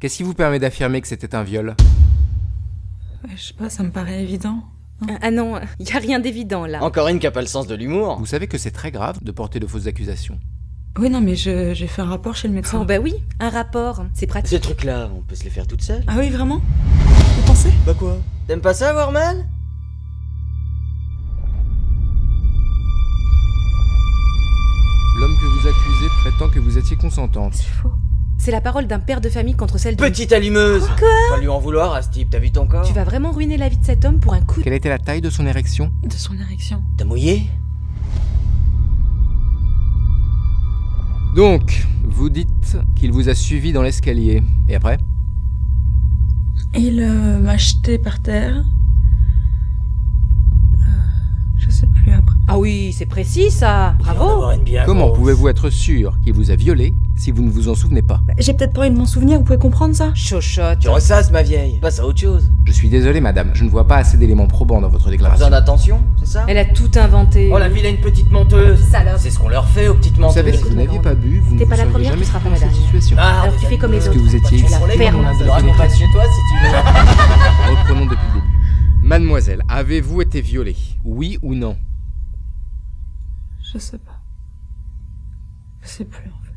Qu'est-ce qui vous permet d'affirmer que c'était un viol Je sais pas, ça me paraît évident. Ah, ah non, y a rien d'évident là. Encore une qui a pas le sens de l'humour. Vous savez que c'est très grave de porter de fausses accusations. Oui, non, mais je- j'ai fait un rapport chez le médecin. Oh bah oui, un rapport, c'est pratique. Ces trucs-là, on peut se les faire toutes seules. Ah oui, vraiment Vous pensez Bah quoi T'aimes pas ça avoir mal L'homme que vous accusez prétend que vous étiez consentante. C'est faux. C'est la parole d'un père de famille contre celle de... Petite allumeuse Quoi lui en vouloir à ce type, t'as vu ton corps Tu vas vraiment ruiner la vie de cet homme pour un coup de... Quelle était la taille de son érection De son érection. T'as mouillé Donc, vous dites qu'il vous a suivi dans l'escalier. Et après Il euh, m'a jeté par terre. Euh, je sais plus après. Ah oui, c'est précis ça Bravo Comment pouvez-vous être sûr qu'il vous a violé si vous ne vous en souvenez pas J'ai peut-être pas envie de m'en souvenir, vous pouvez comprendre ça Chochotte Tu ressasses ma vieille Passe à autre chose. Je suis désolé, madame, je ne vois pas assez d'éléments probants dans votre Besoin déclaration. d'attention, c'est ça Elle a tout inventé. Oh la vilaine petite menteuse Salope C'est ce qu'on leur fait aux petites Vous menteuses savez, si vous n'aviez pas bu, vous ne T'es vous pas la seriez première, jamais tu seras pas trouvé la dans cette dernière. situation. Ah, Alors tu fais comme les Parce autres. que vous étiez Tu la extrêmement fermes. malade. Je te raccompagne chez toi si tu veux. Reprenons depuis le début. Mademoiselle, avez-vous été violée Oui ou non Je sais pas. Je sais plus en fait.